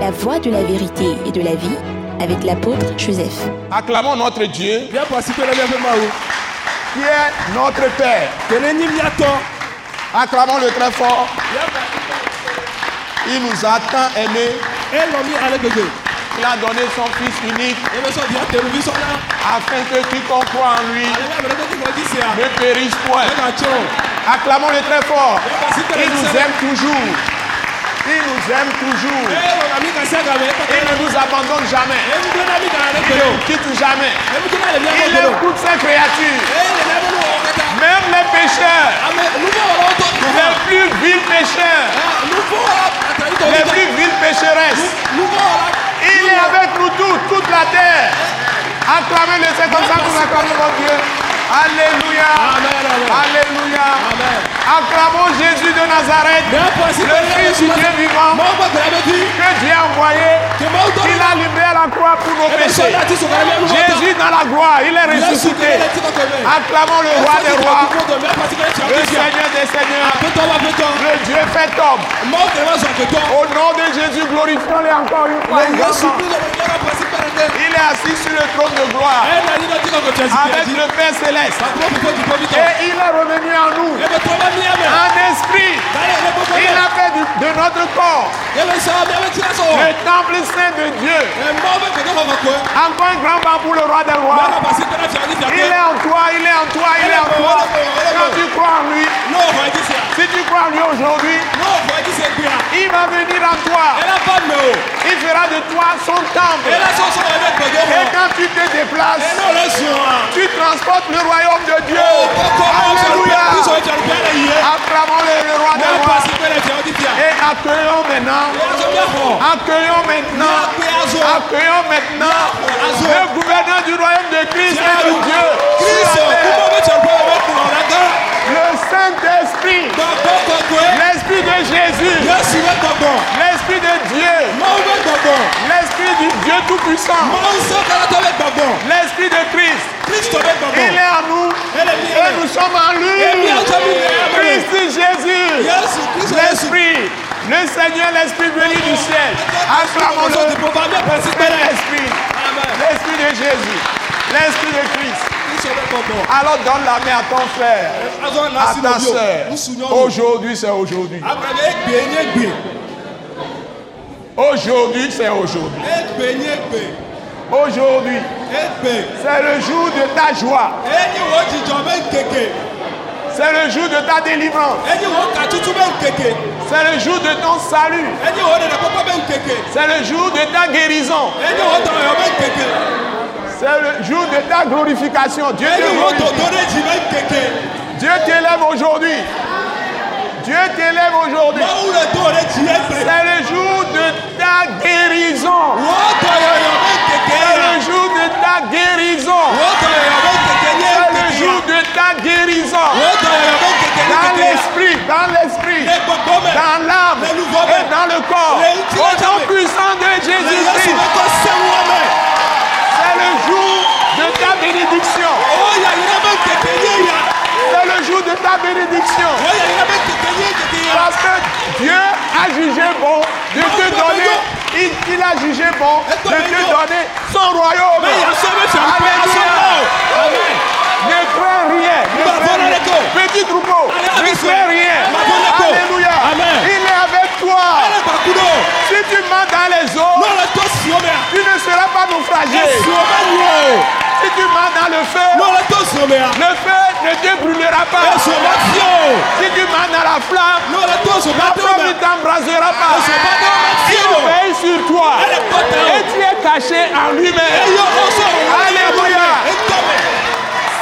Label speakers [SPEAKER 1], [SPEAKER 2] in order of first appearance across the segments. [SPEAKER 1] la voie de la vérité et de la vie avec l'apôtre Joseph.
[SPEAKER 2] Acclamons notre Dieu
[SPEAKER 3] Bia pasipela biape mawu
[SPEAKER 2] qui est notre Père.
[SPEAKER 3] kele nyi miatɔ
[SPEAKER 2] Acclamons-le très fort.
[SPEAKER 3] Biape-
[SPEAKER 2] Il nous a tant aimés Eh,
[SPEAKER 3] elɔ mi ale gbegbe
[SPEAKER 2] qu'il a donné son Fils unique
[SPEAKER 3] ebe sɔ bia telu bi sɔna
[SPEAKER 2] afin que quiconque croit en lui
[SPEAKER 3] ale bia mele kɔti kɔti sia
[SPEAKER 2] ne périsse
[SPEAKER 3] ne
[SPEAKER 2] point.
[SPEAKER 3] ka tso
[SPEAKER 2] Acclamons-le très fort.
[SPEAKER 3] bia pasipela
[SPEAKER 2] Il
[SPEAKER 3] bi
[SPEAKER 2] nous
[SPEAKER 3] sɔna
[SPEAKER 2] aime toujours. Il nous aime toujours.
[SPEAKER 3] elɔ na mi ka sia game epa
[SPEAKER 2] Il ne nous abandonne jamais.
[SPEAKER 3] emu do na mi ka
[SPEAKER 2] Eh,
[SPEAKER 3] ale
[SPEAKER 2] Il
[SPEAKER 3] gbelo
[SPEAKER 2] ne nous quitte jamais.
[SPEAKER 3] emu do na le miakɔ
[SPEAKER 2] Il
[SPEAKER 3] gbelo
[SPEAKER 2] aime toutes ses créatures.
[SPEAKER 3] eye le miakɔ nu wɔwɔ kata
[SPEAKER 2] Même les pécheurs,
[SPEAKER 3] ame nufɔ wɔwɔ tɔ
[SPEAKER 2] les plus vils pécheurs,
[SPEAKER 3] nufɔ wɔwɔ atali tɔ
[SPEAKER 2] les
[SPEAKER 3] bi tɔ
[SPEAKER 2] plus vils pécheresses.
[SPEAKER 3] nufɔ
[SPEAKER 2] Il est
[SPEAKER 3] wɔwɔ
[SPEAKER 2] avec nous tous, toute la terre. Acclamez-le, c'est comme ça que nous acclamons mon Dieu. Alléluia.
[SPEAKER 3] Amen, amen.
[SPEAKER 2] Alléluia.
[SPEAKER 3] Amen.
[SPEAKER 2] Acclamons Jésus de Nazareth,
[SPEAKER 3] bia pasipela
[SPEAKER 2] le
[SPEAKER 3] bi
[SPEAKER 2] Fils du
[SPEAKER 3] sɔna
[SPEAKER 2] Dieu vivant,
[SPEAKER 3] mɔgɔ gbɔ tɛrɛ bɛ di
[SPEAKER 2] que Dieu a envoyé,
[SPEAKER 3] kɛmɛw tɔ
[SPEAKER 2] qu'il
[SPEAKER 3] bi
[SPEAKER 2] a livré à la croix pour nos
[SPEAKER 3] ebe sɔ
[SPEAKER 2] péchés.
[SPEAKER 3] la ti sɔgɔ ale nu wɔtɔ
[SPEAKER 2] Jésus dans la gloire, il est
[SPEAKER 3] yesu
[SPEAKER 2] ressuscité.
[SPEAKER 3] kele le ti kɔtɔ bɛ.
[SPEAKER 2] Acclamons le roi des rois, le Seigneur des seigneurs, le Dieu fait homme. Au nom de Jésus, glorifions-le encore une fois. également. Il est assis sur le trône de gloire avec le Père céleste. Et il est revenu en nous, en esprit. Il a fait du- de notre corps le temple saint de Dieu. Encore un grand bas pour le roi des rois. Il est en toi, il est en toi, il est en toi. Quand tu crois en lui, si tu crois en lui aujourd'hui, il va venir en toi. Il fera de toi son temple. Et quand tu te déplaces, tu transportes le royaume de Dieu.
[SPEAKER 3] Oh,
[SPEAKER 2] Alléluia. Acclamons le, le roi des rois. Et accueillons maintenant, accueillons maintenant, accueillons maintenant le gouverneur du royaume de Christ et de Dieu,
[SPEAKER 3] Kristo,
[SPEAKER 2] sur la terre.
[SPEAKER 3] kúmọ̀ méjì ọ̀pọ̀ ọ̀wọ́ kùnà ọ̀dàgá.
[SPEAKER 2] le Saint-Esprit,
[SPEAKER 3] Gbàgbọ́ gbàgbọ́.
[SPEAKER 2] l'Esprit de Jésus,
[SPEAKER 3] Yéésù bẹ gbàgbọ́.
[SPEAKER 2] l'Esprit de Dieu,
[SPEAKER 3] Mọ́wú bẹ gbàgbọ́.
[SPEAKER 2] l'Esprit du Dieu Tout-Puissant,
[SPEAKER 3] Mọ́wú sọ́kàlátọ́ bẹ gbàgbọ́.
[SPEAKER 2] l'Esprit de Christ.
[SPEAKER 3] Kristo bẹ gbàgbọ́.
[SPEAKER 2] Il est en nous et nous sommes en lui. Christ Jésus,
[SPEAKER 3] Yéésù Kristo Yéésù.
[SPEAKER 2] l'Esprit, le Seigneur, l'Esprit béni du ciel.
[SPEAKER 3] Ọ̀sọ̀
[SPEAKER 2] Acclamons-le.
[SPEAKER 3] dìbò bá bẹ́ẹ̀ pẹ̀sí pẹ̀rẹ̀.
[SPEAKER 2] L'Esprit,
[SPEAKER 3] Amen.
[SPEAKER 2] l'Esprit de Jésus, l'Esprit de Christ.
[SPEAKER 3] Kristo bẹ gbàgbọ́.
[SPEAKER 2] Alors donne la main à ton frère,
[SPEAKER 3] Azọ na
[SPEAKER 2] à
[SPEAKER 3] si
[SPEAKER 2] ta
[SPEAKER 3] n'obi o.
[SPEAKER 2] soeur.
[SPEAKER 3] Nsu nyɔnu.
[SPEAKER 2] Aujourd'hui, c'est aujourd'hui.
[SPEAKER 3] Abrabẹ egbe enye egbe.
[SPEAKER 2] Aujourd'hui, c'est aujourd'hui.
[SPEAKER 3] Egbe enye egbe.
[SPEAKER 2] Aujourd'hui,
[SPEAKER 3] Egbe.
[SPEAKER 2] c'est le jour de ta joie.
[SPEAKER 3] Enyi wo jijọ bẹ nkeke.
[SPEAKER 2] C'est le jour de ta délivrance.
[SPEAKER 3] Enyi wo katutu bẹ nkeke.
[SPEAKER 2] C'est le jour de ton salut.
[SPEAKER 3] Enyi wo nenekpɔkpɔ bẹ nkeke.
[SPEAKER 2] C'est le jour de ta guérison.
[SPEAKER 3] Enyi wo tɔyɔ bẹ nkeke.
[SPEAKER 2] C'est le jour de ta glorification. Dieu te
[SPEAKER 3] Enyi wo
[SPEAKER 2] glorifie.
[SPEAKER 3] dodo ɖe dzi bẹ nkeke.
[SPEAKER 2] Dieu t'élève aujourd'hui. Dieu t'élève aujourd'hui.
[SPEAKER 3] Mawu le do ɖe dzi egbe.
[SPEAKER 2] C'est le jour de ta guérison.
[SPEAKER 3] Wotɔ yɔyɔ be keke
[SPEAKER 2] C'est
[SPEAKER 3] la.
[SPEAKER 2] le jour de ta guérison.
[SPEAKER 3] Wotɔ yɔyɔ be keke nye
[SPEAKER 2] C'est le
[SPEAKER 3] keke la.
[SPEAKER 2] jour de ta guérison.
[SPEAKER 3] Wotɔ yɔyɔ be keke nye
[SPEAKER 2] Dans
[SPEAKER 3] keke la.
[SPEAKER 2] l'esprit, dans l'esprit,
[SPEAKER 3] Le gbɔgbɔ me.
[SPEAKER 2] dans l'âme et dans le corps. Au nom puissant de
[SPEAKER 3] Le Yesu
[SPEAKER 2] Jésus-Christ.
[SPEAKER 3] be kɔ sewua me.
[SPEAKER 2] C'est le jour de ta bénédiction.
[SPEAKER 3] O yayira be keke nye ya.
[SPEAKER 2] C'est le jour de ta bénédiction.
[SPEAKER 3] O yayira be keke nye keke ya.
[SPEAKER 2] Parce que Dieu a jugé bon de te donner, il, il a jugé bon de te donner son royaume.
[SPEAKER 3] Me yasɔ be fia pe asɔ
[SPEAKER 2] Alléluia.
[SPEAKER 3] la o. Amen.
[SPEAKER 2] Ne crains rien. Ne crains rien. Petit troupeau, ne crains rien. Alléluia. Il est avec toi.
[SPEAKER 3] Ele gba ku do.
[SPEAKER 2] Si tu mens dans les eaux,
[SPEAKER 3] N'o le to suo mea.
[SPEAKER 2] tu ne seras pas naufragé.
[SPEAKER 3] Esuo me nyuɔ o.
[SPEAKER 2] Si tu mens dans le feu,
[SPEAKER 3] N'o le to suo mea.
[SPEAKER 2] le feu ne te brûlera pas.
[SPEAKER 3] Esuo me fio
[SPEAKER 2] Si tu mens dans la flamme,
[SPEAKER 3] o. N'o le to suo me
[SPEAKER 2] La
[SPEAKER 3] do
[SPEAKER 2] flamme ne
[SPEAKER 3] mea.
[SPEAKER 2] t'embrasera pas.
[SPEAKER 3] Esuo me do me fio o.
[SPEAKER 2] Veille sur toi.
[SPEAKER 3] Elle est pas ta-
[SPEAKER 2] Et tu es caché en lui-même.
[SPEAKER 3] Eyo ọsọ
[SPEAKER 2] oh,
[SPEAKER 3] ọwọ́ ayé
[SPEAKER 2] Alléluia.
[SPEAKER 3] ọmọdé.
[SPEAKER 2] oh,
[SPEAKER 3] Ntọ́mẹ̀.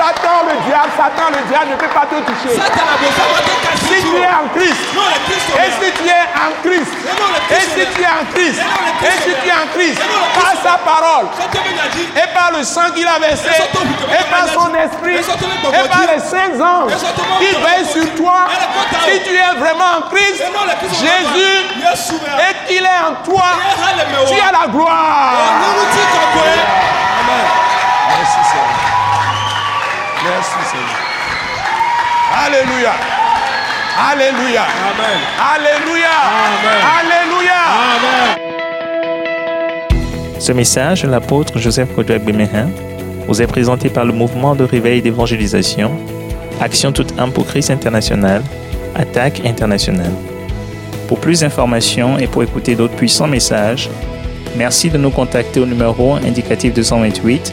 [SPEAKER 2] Satan, le diable, Satan, le diable ne peut pas te toucher.
[SPEAKER 3] Sátana bò sábà tó ka
[SPEAKER 2] Si
[SPEAKER 3] sí tu.
[SPEAKER 2] tu es en Christ,
[SPEAKER 3] N'o le Kristo
[SPEAKER 2] et
[SPEAKER 3] mẹ́.
[SPEAKER 2] si tu es en Christ,
[SPEAKER 3] Nínú le
[SPEAKER 2] et
[SPEAKER 3] Kristo
[SPEAKER 2] si
[SPEAKER 3] mẹ́.
[SPEAKER 2] tu es en Christ, et si tu es en Christ, par sa parole,
[SPEAKER 3] Sọ́tọ́ bẹ yàjí.
[SPEAKER 2] et par le sang qu'il a versé, et par son esprit, et par les saints anges qui veillent sur toi, si tu es vraiment en Christ,
[SPEAKER 3] N'o le Kristo mẹ́.
[SPEAKER 2] Jésus,
[SPEAKER 3] Yesu mẹ́.
[SPEAKER 2] et qu'il est en toi,
[SPEAKER 3] Ẹ ha lè mẹ́
[SPEAKER 2] tu
[SPEAKER 3] wọ.
[SPEAKER 2] as la gloire.
[SPEAKER 3] Olúlu ti kọ̀kọ́ ẹ. Amen.
[SPEAKER 2] Merci Seigneur. Merci Seigneur. Alléluia. Alléluia.
[SPEAKER 3] Amen.
[SPEAKER 2] Alléluia.
[SPEAKER 3] Amen.
[SPEAKER 2] Alléluia.
[SPEAKER 3] Amen.
[SPEAKER 4] Ce message, l'apôtre Joseph Kodouak Bemehin vous est présenté par le mouvement de réveil d'évangélisation, Action toute âme pour Christ international, Attaque internationale. Pour plus d'informations et pour écouter d'autres puissants messages, merci de nous contacter au numéro indicatif 228